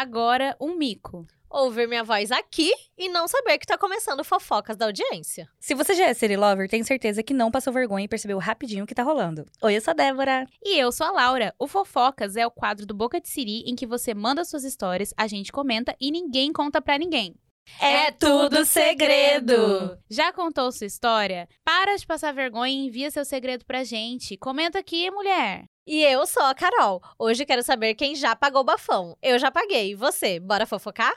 agora um mico. Ouvir minha voz aqui e não saber que tá começando fofocas da audiência. Se você já é City Lover, tem certeza que não passou vergonha e percebeu rapidinho o que tá rolando. Oi, eu sou a Débora. E eu sou a Laura. O Fofocas é o quadro do Boca de Siri em que você manda suas histórias, a gente comenta e ninguém conta pra ninguém. É tudo segredo! Já contou sua história? Para de passar vergonha e envia seu segredo pra gente. Comenta aqui, mulher. E eu sou a Carol. Hoje quero saber quem já pagou o bafão. Eu já paguei. Você, bora fofocar?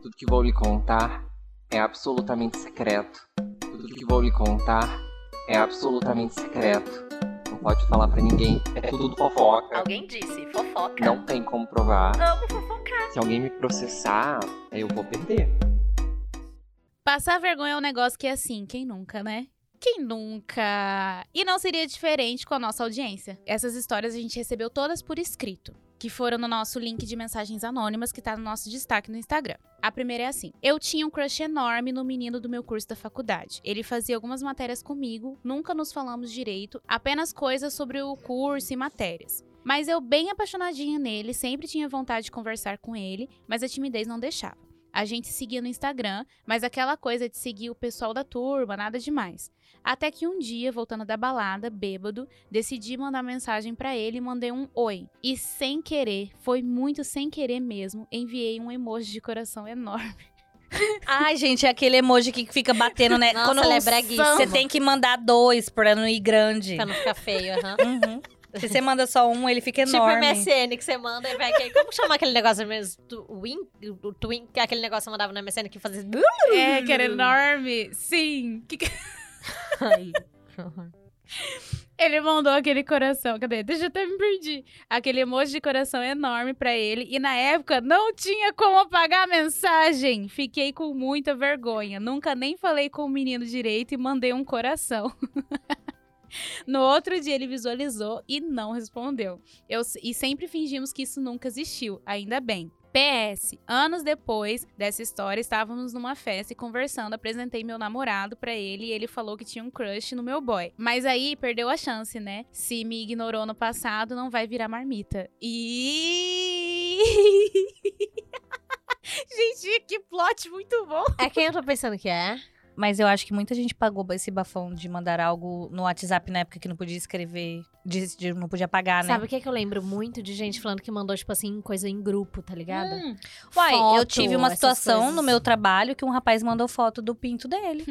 Tudo que vou lhe contar é absolutamente secreto. Tudo que vou lhe contar é absolutamente secreto. Não pode falar pra ninguém. É tudo fofoca. Alguém disse fofoca. Não tem como provar. Amo fofocar. Se alguém me processar, eu vou perder. Passar vergonha é um negócio que é assim, quem nunca, né? Quem nunca? E não seria diferente com a nossa audiência. Essas histórias a gente recebeu todas por escrito, que foram no nosso link de mensagens anônimas que tá no nosso destaque no Instagram. A primeira é assim: Eu tinha um crush enorme no menino do meu curso da faculdade. Ele fazia algumas matérias comigo, nunca nos falamos direito, apenas coisas sobre o curso e matérias. Mas eu bem apaixonadinha nele, sempre tinha vontade de conversar com ele, mas a timidez não deixava. A gente seguia no Instagram, mas aquela coisa de seguir o pessoal da turma, nada demais. Até que um dia, voltando da balada, bêbado, decidi mandar mensagem pra ele e mandei um oi. E sem querer, foi muito sem querer mesmo, enviei um emoji de coração enorme. Ai, gente, é aquele emoji que fica batendo, né? Nossa, Quando ela é você- breguíssima. Tá Você tem que mandar dois pra não ir grande. Pra não ficar feio, aham. Uhum. Se você manda só um, ele fica Tipo enorme. MSN que você manda e vai aquele. Como chama aquele negócio mesmo? Do Win? O Twin? que é Aquele negócio que eu mandava no MSN que fazia. É, que era enorme. Sim. Que- Ele mandou aquele coração. Cadê? Deixa eu até me perdi. Aquele emoji de coração enorme pra ele. E na época não tinha como apagar a mensagem. Fiquei com muita vergonha. Nunca nem falei com o menino direito e mandei um coração. No outro dia ele visualizou e não respondeu. Eu, e sempre fingimos que isso nunca existiu, ainda bem. PS, anos depois dessa história, estávamos numa festa e conversando, apresentei meu namorado pra ele e ele falou que tinha um crush no meu boy. Mas aí perdeu a chance, né? Se me ignorou no passado, não vai virar marmita. E Gente, que plot muito bom. É quem eu tô pensando que é? Mas eu acho que muita gente pagou esse bafão de mandar algo no WhatsApp na época que não podia escrever, de- de- não podia pagar, né? Sabe o que, é que eu lembro muito de gente falando que mandou, tipo assim, coisa em grupo, tá ligado? Hum, Uai, eu Foto, tive uma essas situação coisas. no meu trabalho que um rapaz mandou foto do pinto dele.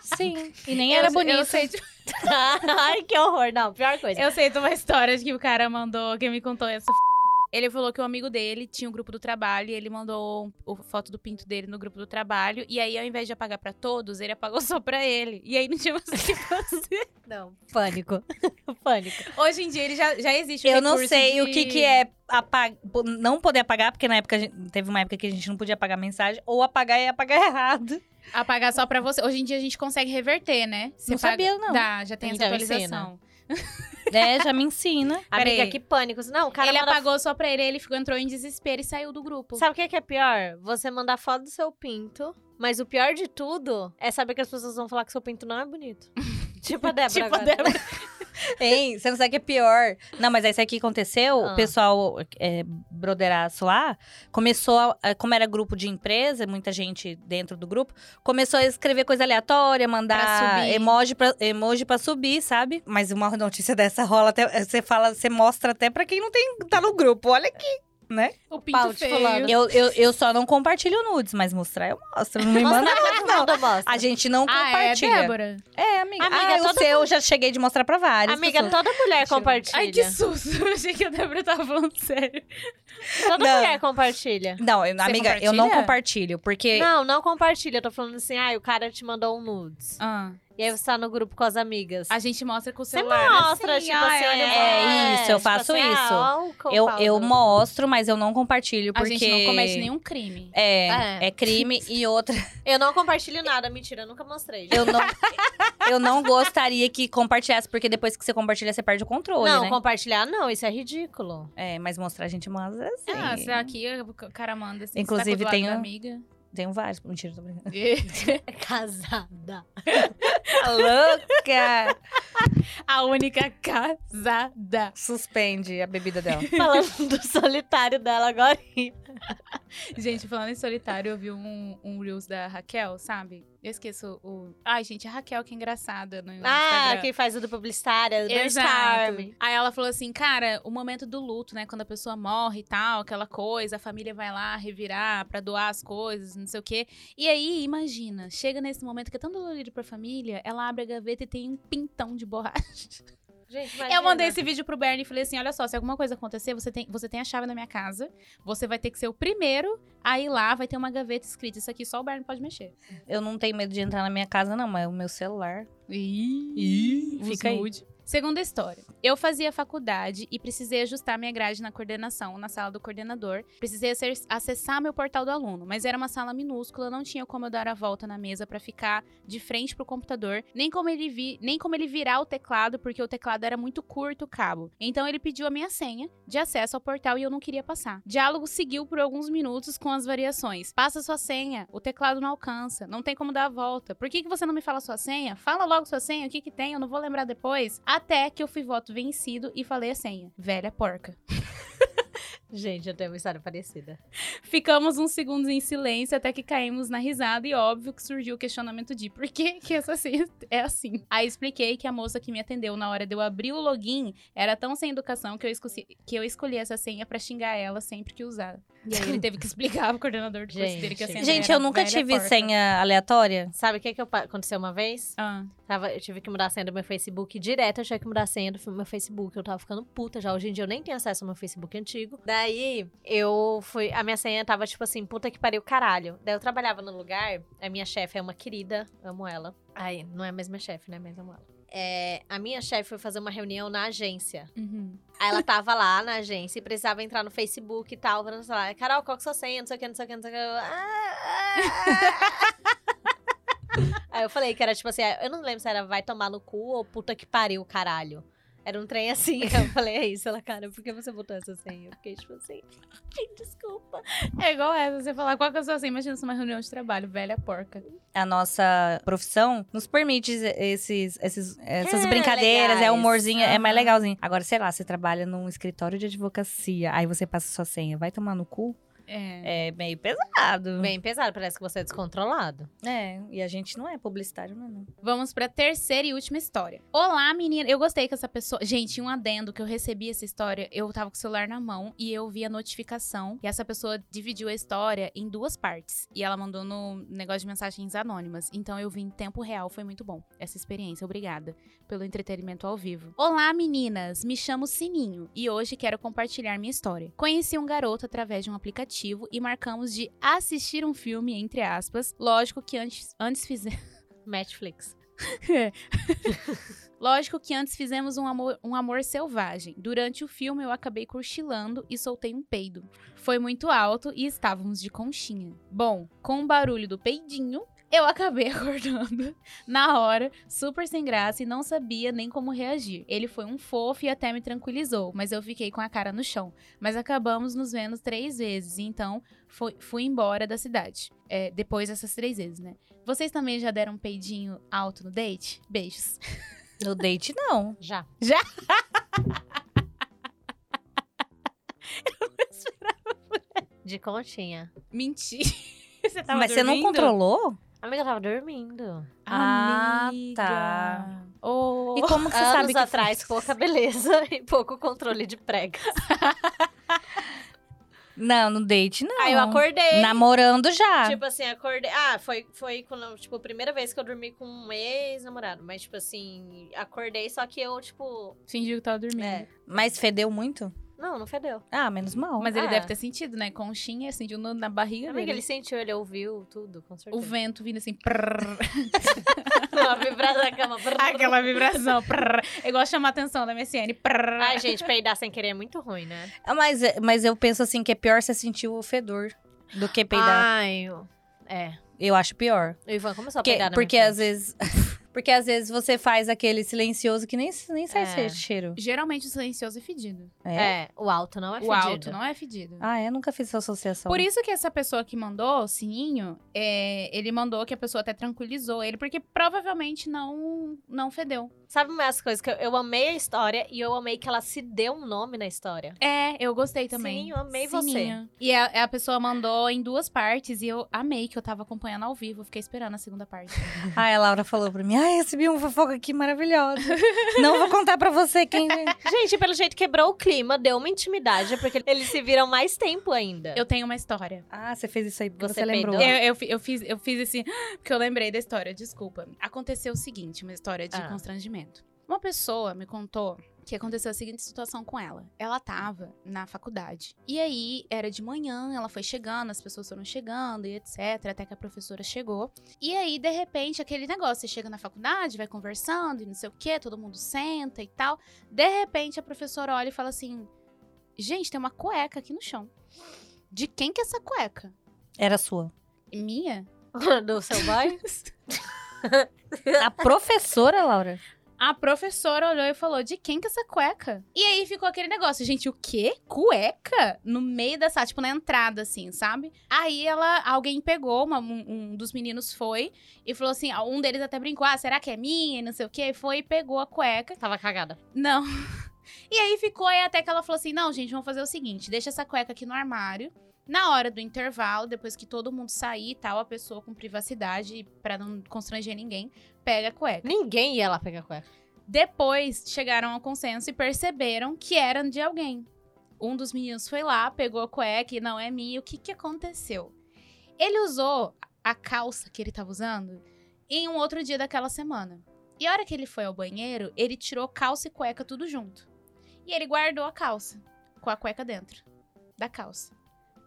Sim. E nem era eu- Eu bonito. sei, de- Ai, que horror. Não, pior coisa. eu sei de uma história de que o cara mandou, que me contou essa. f***. Ele falou que o amigo dele tinha um grupo do trabalho e ele mandou um- o- foto do pinto dele no grupo do trabalho. E aí, ao invés de apagar pra todos, ele apagou só pra ele. E aí não tinha mais o que fazer. Não, pânico. pânico. Hoje em dia ele já, já existe o Eu não recurso sei Tipo, de- o que, que é apa- po- não poder apagar, porque na época a gente- teve uma época que a gente não podia apagar mensagem, ou apagar e apagar errado. Apagar só pra você. Hoje em dia a gente consegue reverter, né? Você Não sabia, não. Dá, já tem Então essa ensina. atualização. É, já me ensina. Amiga, Peraí. que pânico. Não, o cara ele manda apagou só pra ele, ele ficou, entrou em desespero e saiu do grupo. Sabe o que que é pior? Você mandar foto do seu pinto, mas o pior de tudo é saber que as pessoas vão falar que seu pinto não é bonito. tipo a Débora Tipo a agora. Débora. Hein? Você não sabe o que é pior. Não, mas isso aqui aconteceu, Ah. o pessoal é, brodeiraço lá, começou, a- a- como era grupo de empresa, muita gente dentro do grupo, começou a escrever coisa aleatória, Pra mandar subir. emoji pra, emoji pra subir, sabe? Mas uma notícia dessa rola até, você fala, você mostra até pra quem não tem, tá no grupo, olha aqui. O pinto pau de feio. fulano. Eu, eu, eu só não compartilho nudes, mas mostrar eu mostro, não me manda Mostra, nada, não. manda, mostra. A gente não Ah, é, compartilha. Débora? É, amiga. Amiga, ah, o todo seu eu já cheguei de mostrar pra várias Amiga, pessoas. toda mulher Mentira. compartilha. Ai, que susto. Eu achei que a Débora tava falando sério. Toda Não. mulher compartilha. Não, eu- amiga, eu não compartilha? compartilho, porque Não, não compartilha. Eu tô falando assim, ai, o cara te mandou um nudes. Ah. E aí você tá no grupo com as amigas. A gente mostra com o Você celular. mostra, assim, tipo ah, assim, olha, é isso, eu tipo faço assim, ah, isso. ó o co- eu, pau eu do- mostro, mas eu não compartilho, A porque... gente não comete nenhum crime. É, É. é crime. E outra, Eu não compartilho nada, mentira, eu nunca mostrei. gente. eu não, eu não gostaria que compartilhasse, porque depois que você compartilha, você perde o controle, não, né? compartilhar não, isso é ridículo. É, mas mostrar a gente mostra É, assim. Ah, será que o cara manda assim? Inclusive, você tá com o tem lado da um- amiga. Tenho vários. Mentira, tô É brincando. Casada. Tá louca! A única casada. Suspende a bebida dela. Falando do solitário dela agora. Gente, falando em solitário, eu vi um, um Reels da Raquel, sabe? Eu esqueço o. Ai, gente, a Raquel, que é engraçada no Ah, Instagram. quem faz o do publicitária, do Exato. brainstorm. Aí ela falou assim, cara, o momento do luto, né? Quando a pessoa morre e tal, aquela coisa, a família vai lá revirar pra doar as coisas, não sei o quê. E aí, imagina, chega nesse momento que é tão dolorido pra família, ela abre a gaveta e tem um pintão de borracha. Gente, Eu mandei esse vídeo pro Bernie e falei assim: olha só, se alguma coisa acontecer, você tem, você tem a chave na minha casa, você vai ter que ser o primeiro a ir lá, vai ter uma gaveta escrita. Isso aqui só o Bernie pode mexer. Eu não tenho medo de entrar na minha casa, não, mas é o meu celular. Ih, os fica aí. Segunda história. Eu fazia faculdade e precisei ajustar minha grade na coordenação, na sala do coordenador. Precisei acer- acessar meu portal do aluno, mas era uma sala minúscula, não tinha como eu dar a volta na mesa pra ficar de frente pro computador, nem como ele vi, nem como ele virar o teclado, porque o teclado era muito curto o cabo. Então ele pediu a minha senha de acesso ao portal e eu não queria passar. Diálogo seguiu por alguns minutos com as variações. Passa sua senha, o teclado não alcança, não tem como dar a volta. Por que, que você não me fala sua senha? Fala logo sua senha, o que que tem? Eu não vou lembrar depois. Até que eu fui voto vencido e falei a senha. Velha porca. Gente, eu tenho uma história parecida. Ficamos uns segundos em silêncio até que caímos na risada e óbvio que surgiu o questionamento de por que que essa senha é assim. Aí expliquei que a moça que me atendeu na hora de eu abrir o login era tão sem educação que eu, escoci- que eu escolhi essa senha pra xingar ela sempre que usar. E aí ele teve que explicar pro coordenador do curso dele que a Gente. senha Gente, era eu nunca velha tive porca. senha aleatória. Sabe o que, que eu pa- aconteceu uma vez? Ah, Tava- eu tive que mudar a senha do meu Facebook direto, eu tive que mudar a senha do meu Facebook. Eu tava ficando puta já. Hoje em dia eu nem tenho acesso ao meu Facebook antigo. Daí eu fui. A minha senha tava tipo assim, puta que pariu, caralho. Daí eu trabalhava num lugar, a minha chefe é uma querida, amo ela. Aí, não é mais minha chefe, né? Mas amo ela. É, a minha chefe foi fazer uma reunião na agência. uhum. Aí ela tava lá na agência e precisava entrar no Facebook e tal. Falando, sei lá, Carol, qual que é sua senha? Não sei o que, não sei o que, não sei o que. Eu, "Ah, ah." Aí eu falei que era tipo assim, eu não lembro se era vai tomar no cu ou puta que pariu, caralho. Era um trem assim. Eu falei, é isso. Ela, cara, por que você botou essa senha? Eu fiquei tipo assim, gente, desculpa. É igual essa, você falar qual que é a sua senha, imagina se uma reunião de trabalho, velha porca. A nossa profissão nos permite esses, esses- essas É, brincadeiras, é legais. humorzinho, é mais Aham. legalzinho. Agora, sei lá, você trabalha num escritório de advocacia, aí você passa sua senha, vai tomar no cu? É. É meio pesado. Bem pesado, parece que você é descontrolado. É, e a gente não é publicitário, não é, não. Vamos pra terceira e última história. Olá, menina. Eu gostei que essa pessoa. Gente, um adendo que eu recebi essa história. Eu tava com o celular na mão e eu vi a notificação. E essa pessoa dividiu a história em duas partes. E ela mandou no negócio de mensagens anônimas. Então eu vi em tempo real. Foi muito bom essa experiência. Obrigada pelo entretenimento ao vivo. Olá, meninas! Me chamo Sininho e hoje quero compartilhar minha história. Conheci um garoto através de um aplicativo e marcamos de assistir um filme, entre aspas. Lógico que antes, antes fizemos. Netflix. É. Lógico que antes fizemos um amor, um amor selvagem. Durante o filme, eu acabei cochilando e soltei um peido. Foi muito alto e estávamos de conchinha. Bom, com o barulho do peidinho, eu acabei acordando na hora, super sem graça e não sabia nem como reagir. Ele foi um fofo e até me tranquilizou, mas eu fiquei com a cara no chão. Mas acabamos nos vendo três vezes, então foi- fui embora da cidade. É, depois dessas três vezes, né? Vocês também já deram um peidinho alto no date? Beijos. No date, não. Já. De conchinha. Mentira. Você tava Mas você não dormindo? controlou? Amiga, eu tava dormindo. Ah, Amiga. tá. Ô, E como que você anos sabe que atrás, pouca beleza e pouco controle de prega. Não, no date não. Aí eu acordei. Namorando já. Tipo assim, acordei. Ah, foi, foi quando, tipo, a primeira vez que eu dormi com um ex-namorado. Mas, tipo assim, acordei, só que eu, tipo. Fingiu que tava dormindo. É. Mas fedeu muito? Não, não fedeu. Ah, menos mal. Mas ele Ah. deve ter sentido, né? Conchinha, sentiu no- na barriga Amiga, dele. ele sentiu, ele ouviu tudo, com O certeza. vento vindo assim. prrr. Ela vibrada na cama. aquela vibração. prrr. É igual chamar a atenção da MSN. prrr. Ai, gente, peidar sem querer é muito ruim, né? Ah, Mas, mas eu penso assim que é pior você sentir o fedor do que peidar. Ai, eu- é. Eu acho pior. O Ivan começou a Porque, peidar na porque minha às vezes. Porque às vezes você faz aquele silencioso que nem, nem sai É. cheiro. Geralmente o silencioso é fedido. É. É, o alto não é o fedido. alto não é fedido. Ah, então. eu nunca fiz essa associação. Por isso que essa pessoa que mandou, o Sininho, é, ele mandou que a pessoa até tranquilizou ele, porque provavelmente não, não fedeu. Sabe uma das coisas que eu, eu amei a história e eu amei que ela se deu um nome na história. É, eu gostei também. Sininho, amei você. você. E a, a pessoa mandou em duas partes e eu amei, que eu tava acompanhando ao vivo, fiquei esperando a segunda parte. Ai, Ah, a Laura falou pra mim: Ai, recebi uma fofoca aqui maravilhosa. Não vou contar pra você quem. Gente, pelo jeito quebrou o clima, deu uma intimidade, é porque eles se viram mais tempo ainda. Eu tenho uma história. Ah, você fez isso aí porque Você você, lembrou. peidou? Eu, eu, fi- eu fiz, eu fiz esse. Porque eu lembrei da história, desculpa. Aconteceu o seguinte: uma história de Ah. constrangimento. Uma pessoa me contou que aconteceu a seguinte situação com ela. Ela tava na faculdade. E aí, era de manhã, ela foi chegando, as pessoas foram chegando e etc. Até que a professora chegou. E aí, de repente, aquele negócio: você chega na faculdade, vai conversando e não sei o quê, todo mundo senta e tal. De repente, a professora olha e fala assim: gente, tem uma cueca aqui no chão. De quem que é essa cueca? Era sua. Minha? Do seu boy? A professora, Laura. A professora olhou e falou: de quem que é essa cueca? E aí ficou aquele negócio, gente, o quê? Cueca? No meio da sala, tipo, na entrada, assim, sabe? Aí ela, alguém pegou, uma- um, um dos meninos foi e falou assim: um deles até brincou: ah, será que é minha? E não sei o quê. E foi e pegou a cueca. Tava cagada. Não. E aí ficou, e até que ela falou assim: não, gente, vamos fazer o seguinte: deixa essa cueca aqui no armário. Na hora do intervalo, depois que todo mundo sair e tal, a pessoa com privacidade, pra não constranger ninguém, pega a cueca. Ninguém ia lá pegar cueca. Depois chegaram ao consenso e perceberam que era de alguém. Um dos meninos foi lá, pegou a cueca e não é minha. O que, que aconteceu? Ele usou a calça que ele tava usando em um outro dia daquela semana. E a hora que ele foi ao banheiro, ele tirou calça e cueca tudo junto. E ele guardou a calça, com a cueca dentro da calça.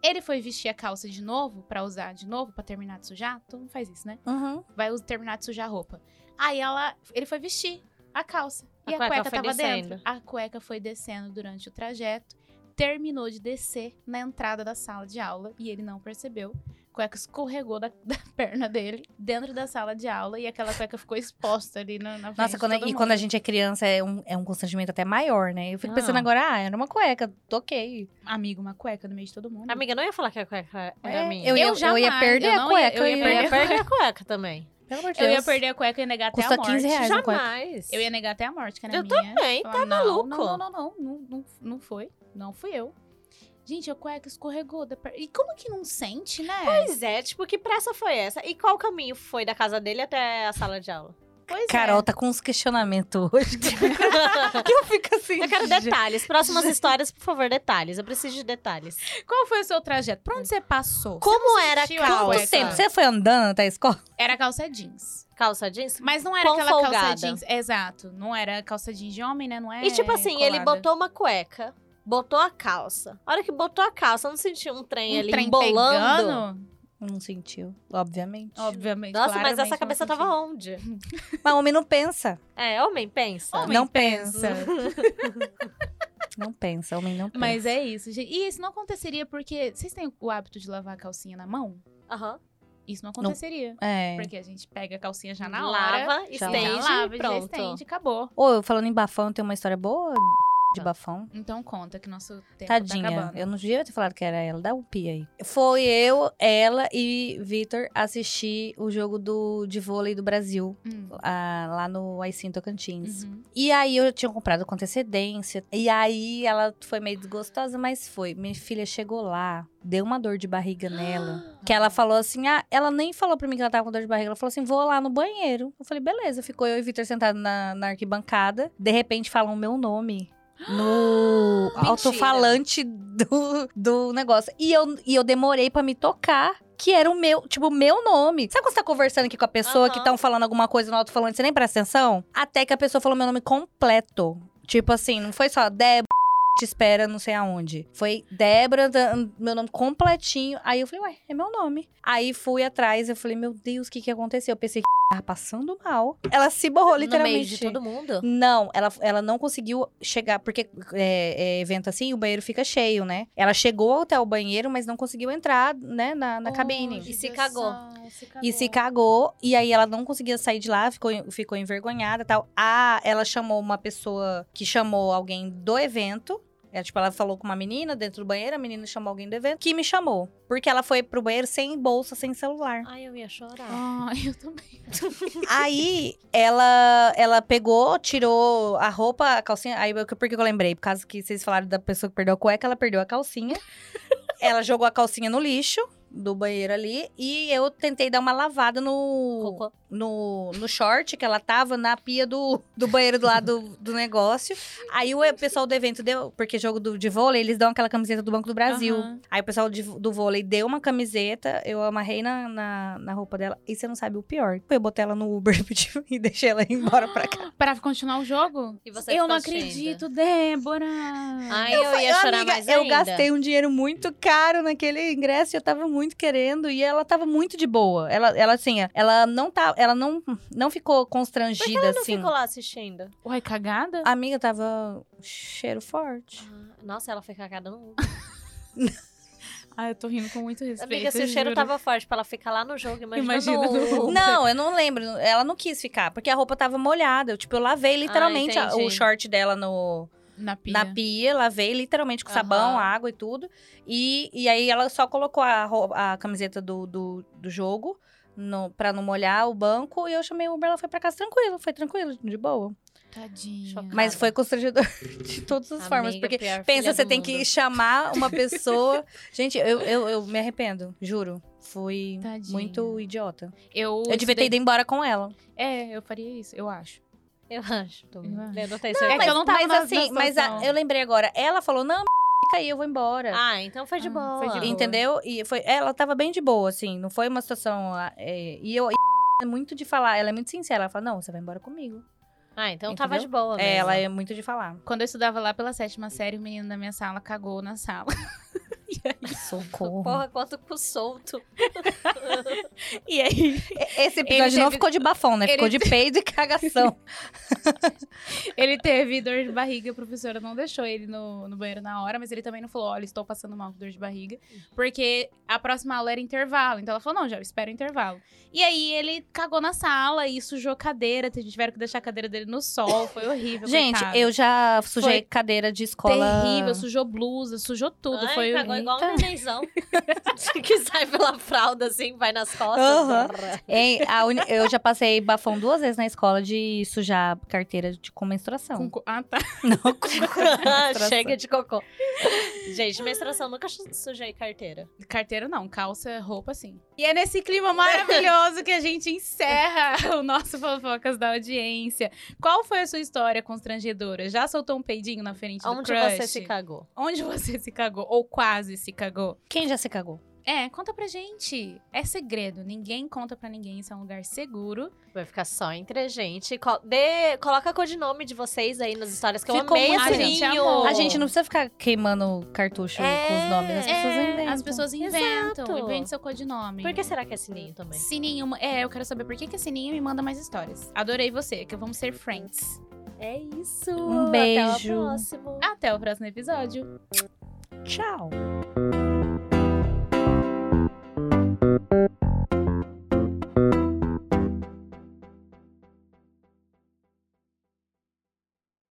Ele foi vestir a calça de novo, pra usar de novo, pra terminar de sujar. Todo mundo faz isso, né? Uhum. vai us- terminar de sujar a roupa. Aí ela, ele foi vestir a calça. A e a cueca cueca, foi tava descendo. dentro. A cueca foi descendo durante o trajeto. Terminou de descer na entrada da sala de aula e ele não percebeu. A cueca escorregou da, da perna dele dentro da sala de aula e aquela cueca ficou exposta ali na, na frente Nossa, de quando- todo e mundo. quando a gente é criança é um, é um constrangimento até maior, né? Eu fico Ah. pensando agora, ah, era uma cueca, toquei. Amigo, uma cueca no meio de todo mundo. Amiga, não ia falar que a cueca era É, minha. Eu ia- já ia perder a cueca, Eu ia, eu ia- Eu ia perder, perder a cueca também. Pelo amor de eu Deus. ia perder a cueca e negar Custa até a morte. 15 É, reais. né? a cueca. Jamais. É. Eu ia negar até a morte, que era Eu minha. também, Falar, tá não, maluco? Não, não, não, não, não, não foi. Não fui eu. Gente, a cueca escorregou da perna. E como que não sente, né? Pois é, tipo, que pressa foi essa? E qual caminho foi da casa dele até a sala de aula? Pois é. Carol tá com uns questionamentos hoje. que eu fico assim. Eu quero gente. detalhes. Próximas histórias, por favor, detalhes. Eu preciso de detalhes. Qual foi o seu trajeto? Hum. Pra onde você passou? Como Você era a sentiu a calça? cueca? Quanto tempo? Você foi andando até a escola? Era calça jeans. Calça jeans? Mas não era Quão aquela folgada. calça jeans. Exato. Não era calça jeans de homem, né? Não é. E tipo assim, ele colada. botou uma cueca, botou a calça. A hora que botou a calça, eu não senti um trem Um ali trem embolando. pegando? Não sentiu, obviamente. Obviamente. Nossa, mas claramente essa não cabeça tava sentiu. onde? Mas homem não pensa. É, homem, pensa. Homem não pensa. Não pensa, homem não pensa. Mas é isso, gente. E isso não aconteceria porque. Vocês têm o hábito de lavar a calcinha na mão? Aham. Isso não Não. aconteceria. É. Porque a gente pega a calcinha já na hora. Lava, já estende, já lava, pronto. já estende, acabou. Ô, eu falando em bafão, eu tenho uma história boa de Tá. bafão. Então conta que nosso tempo tá Tadinha, acabando. eu não devia ter falado que era ela. Dá um pi aí. Foi eu, ela e Vitor assistir o jogo do, de vôlei do Brasil Hum, ah, lá no Aicinto Tocantins. uhum. E aí eu tinha comprado com antecedência. E aí ela foi meio desgostosa, mas foi. Minha filha chegou lá, deu uma dor de barriga nela. Que ela falou assim: ah, ela nem falou pra mim que ela tava com dor de barriga. Ela falou assim: vou lá no banheiro. Eu falei, beleza. Ficou eu e o Vitor sentado na, na arquibancada. De repente falam o meu nome. No Mentira. alto-falante do, do negócio. E eu, e eu demorei pra me tocar, que era o meu, tipo, o meu nome. Sabe quando você tá conversando aqui com a pessoa que Aham. estão falando alguma coisa no alto-falante, você nem presta atenção? Até que a pessoa falou meu nome completo. Tipo assim, não foi só Débora te espera não sei aonde. Foi Débora, da- meu nome completinho. Aí eu falei, ué, é meu nome. Aí fui atrás, eu falei, meu Deus, o que que aconteceu? Eu pensei que tava passando mal. Ela se borrou, literalmente. No meio de todo mundo. Não, ela, ela não conseguiu chegar, porque é, é evento assim, o banheiro fica cheio, né? Ela chegou até o banheiro, mas não conseguiu entrar, né, na, na cabine. Oh, E se cagou. E se cagou, e aí ela não conseguia sair de lá, ficou, ficou envergonhada e tal. Ah, ela chamou uma pessoa que chamou alguém do evento. É, tipo, ela falou com uma menina dentro do banheiro, a menina chamou alguém do evento, que me chamou. Porque ela foi pro banheiro sem bolsa, sem celular. Ai, eu ia chorar. Ai, eu também. Aí ela, ela pegou, tirou a roupa, a calcinha. Aí eu- por que que eu lembrei? Por causa que vocês falaram da pessoa que perdeu a cueca, ela perdeu a calcinha. ela jogou a calcinha no lixo do banheiro ali e eu tentei dar uma lavada no, Cocô. no, no short que ela tava na pia do, do banheiro do lado do, do negócio. Aí o pessoal do evento deu, porque jogo do, de vôlei, eles dão aquela camiseta do Banco do Brasil. Aham. Aí o pessoal de- do vôlei deu uma camiseta, eu amarrei na, na, na roupa dela. E você não sabe o pior. Eu botei ela no Uber pedi- e deixei ela ir embora pra cá. Pra continuar o jogo? E você eu ficou não cheia ainda. acredito, Débora. Ai, eu, ia Eu, chorar amiga, mais eu ainda. gastei um dinheiro muito caro naquele ingresso, e eu tava muito querendo e ela tava muito de boa. Ela, ela assim, ela não tá, ela não, não ficou constrangida Eu não assim. fico lá assistindo. Uai, cagada? A amiga tava um cheiro forte. Ah, Nossa, ela foi cagada no Ah, eu tô rindo com muito respeito. Amiga, se o eu cheiro tá juro. tava forte pra ela ficar lá no jogo, imagina, Imagina no- no... Uber. Não, eu não lembro. Ela não quis ficar, porque a roupa tava molhada. Eu, tipo, eu lavei literalmente a- o Ah, entendi. short dela no, na pia. na pia, lavei literalmente com Aham. sabão, água e tudo. E, e aí ela só colocou a, ro- a camiseta do, do, do jogo no, pra não molhar o banco. E eu chamei o Uber, ela foi pra casa tranquila, foi tranquilo, de boa. Tadinha. Chocada. Mas foi constrangedor de todas as Amiga, formas, porque pior pensa, filha você do tem mundo. que chamar uma pessoa. Gente, eu, eu, eu me arrependo, juro. Fui Tadinha. muito idiota. Eu, Eu devia ter ido embora com ela. É, eu faria isso, eu acho. Eu acho. Tô... Eu acho. Eu não tenho É certeza. que eu não tava mas na- na assim, mas a- situação. eu lembrei agora. Ela falou: não, fica aí, eu vou embora. Ah, então foi de Ah, boa. foi de boa. Entendeu? E foi, ela tava bem de boa, assim, não foi uma situação. ah, é, e eu. e é muito de falar, ela é muito sincera. Ela fala: não, você vai embora comigo. Ah, então tava Entendeu? de boa mesmo. É, ela é muito de falar. Quando eu estudava lá pela sétima série, o menino da minha sala cagou na sala. Socorro. Porra, quanto cu solto. E aí, Ele Esse episódio teve- não ficou de bafão, né? Ele Ficou de peido e cagação. ele teve dor de barriga, a professora não deixou ele no, no banheiro na hora, mas ele também não falou, olha, estou passando mal com dor de barriga. Porque a próxima aula era intervalo, então ela falou, não, já espera o intervalo. E aí, ele cagou na sala e sujou a cadeira, tiveram que deixar a cadeira dele no sol, foi horrível, Gente, coitado. eu já sujei Foi cadeira de escola. Terrível, sujou blusa, sujou tudo. Ai, foi cagou igual um Eita. nenenzão. que sai pela fralda, assim, vai nas costas. Aham. brrr. Hein, a uni- Eu já passei bafão duas vezes na escola de sujar carteira de, com menstruação. Com co- Ah, tá. Não, com menstruação. Chega de cocô. Gente, menstruação, nunca su- sujei carteira. Carteira não, calça, roupa sim. E é nesse clima maravilhoso que a gente encerra o nosso Fofocas da Audiência. Qual foi a sua história constrangedora? Já soltou um peidinho na frente do Onde crush? você se cagou? Onde você se cagou? Ou quase se cagou? Quem já se cagou? É, conta pra gente. É segredo, ninguém conta pra ninguém, isso é um lugar seguro. Vai ficar só entre a gente. Col dê- coloca a codinome de vocês aí nas histórias que Ficou eu amei muito- esse A gente vinho. amou. A gente não precisa ficar queimando cartucho É, com os nomes. As pessoas é, inventam. As pessoas inventam, Exato. invente seu codinome. Por que será que é sininho também? Sininho, é, eu quero saber por que, que a Sininho me manda mais histórias. Adorei você, que vamos ser friends. É isso. Um Até beijo. o próximo. Até o próximo episódio. Tchau.